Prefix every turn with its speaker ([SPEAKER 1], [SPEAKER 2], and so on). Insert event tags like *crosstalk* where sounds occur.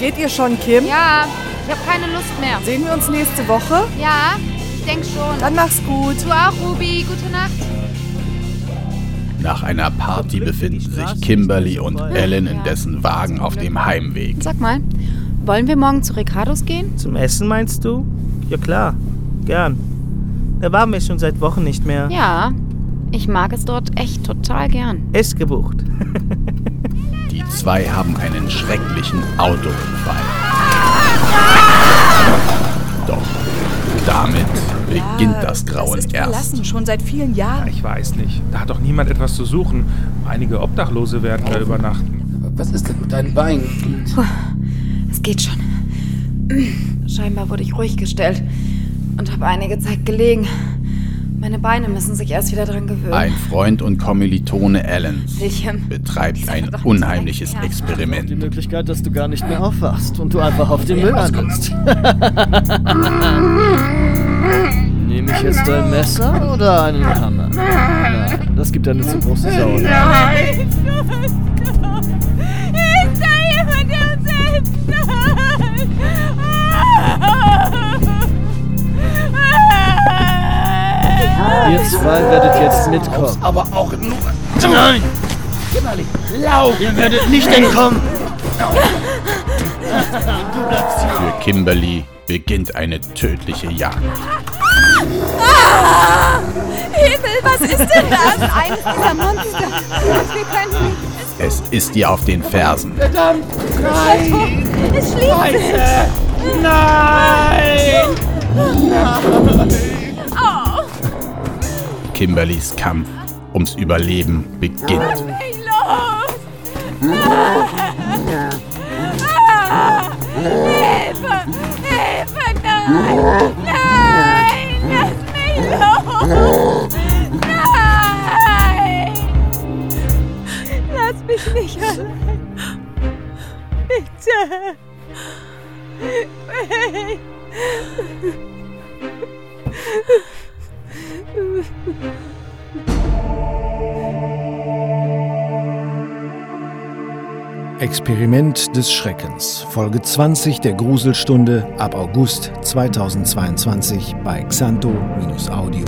[SPEAKER 1] Geht ihr schon, Kim?
[SPEAKER 2] Ja, ich habe keine Lust mehr.
[SPEAKER 1] Sehen wir uns nächste Woche?
[SPEAKER 2] Ja, ich denke schon.
[SPEAKER 1] Dann mach's gut.
[SPEAKER 2] Du auch, Ruby. Gute Nacht.
[SPEAKER 3] Nach einer Party befinden sich Kimberly und Ellen in dessen Wagen auf dem Heimweg.
[SPEAKER 2] Sag mal, wollen wir morgen zu Ricardos gehen?
[SPEAKER 4] Zum Essen meinst du? Ja klar, gern. Da waren wir schon seit Wochen nicht mehr.
[SPEAKER 2] Ja, ich mag es dort echt total gern.
[SPEAKER 4] Ist gebucht.
[SPEAKER 3] Die zwei haben einen schrecklichen Autounfall. Doch damit beginnt das Grauen
[SPEAKER 1] Es ist
[SPEAKER 3] erst.
[SPEAKER 1] verlassen, schon seit vielen Jahren.
[SPEAKER 5] Ich weiß nicht. Da hat doch niemand etwas zu suchen. Einige Obdachlose werden da übernachten.
[SPEAKER 6] Was ist denn mit deinen Beinen?
[SPEAKER 7] Es geht schon. Scheinbar wurde ich ruhig gestellt und habe einige Zeit gelegen. Meine Beine müssen sich erst wieder dran gewöhnen.
[SPEAKER 3] Ein Freund und Kommilitone Allens
[SPEAKER 7] Wilhelm,
[SPEAKER 3] betreibt ein
[SPEAKER 7] verdammte
[SPEAKER 3] unheimliches
[SPEAKER 7] Kerl.
[SPEAKER 3] Experiment.
[SPEAKER 8] Die Möglichkeit, dass du gar nicht mehr aufwachst und du einfach auf den Müll ankommst. *laughs* Nehme ich jetzt ein Messer oder einen Hammer? Nein, das gibt eine zu große Sau.
[SPEAKER 2] Ist da jemand, der uns helfen kann?
[SPEAKER 8] Ihr zwei werdet jetzt mitkommen.
[SPEAKER 6] Aber auch nur.
[SPEAKER 8] Nein!
[SPEAKER 6] Kimberly, lauf!
[SPEAKER 8] Ihr werdet nicht entkommen!
[SPEAKER 3] Für Kimberly beginnt eine tödliche Jagd.
[SPEAKER 2] Himmel, Ah, was ist denn das? Eines dieser Monster. Wir können nicht.
[SPEAKER 3] Es ist ihr auf den Fersen.
[SPEAKER 6] Verdammt! Nein!
[SPEAKER 2] Es schlägt sich.
[SPEAKER 6] Nein!
[SPEAKER 3] Kimberlys Kampf ums Überleben beginnt.
[SPEAKER 2] los. Hilfe! Hilfe! Nein! Nein! Lass mich los! Nein! Lass mich nicht allein! Bitte!
[SPEAKER 9] Experiment des Schreckens, Folge 20 der Gruselstunde ab August 2022 bei xanto-audio.de.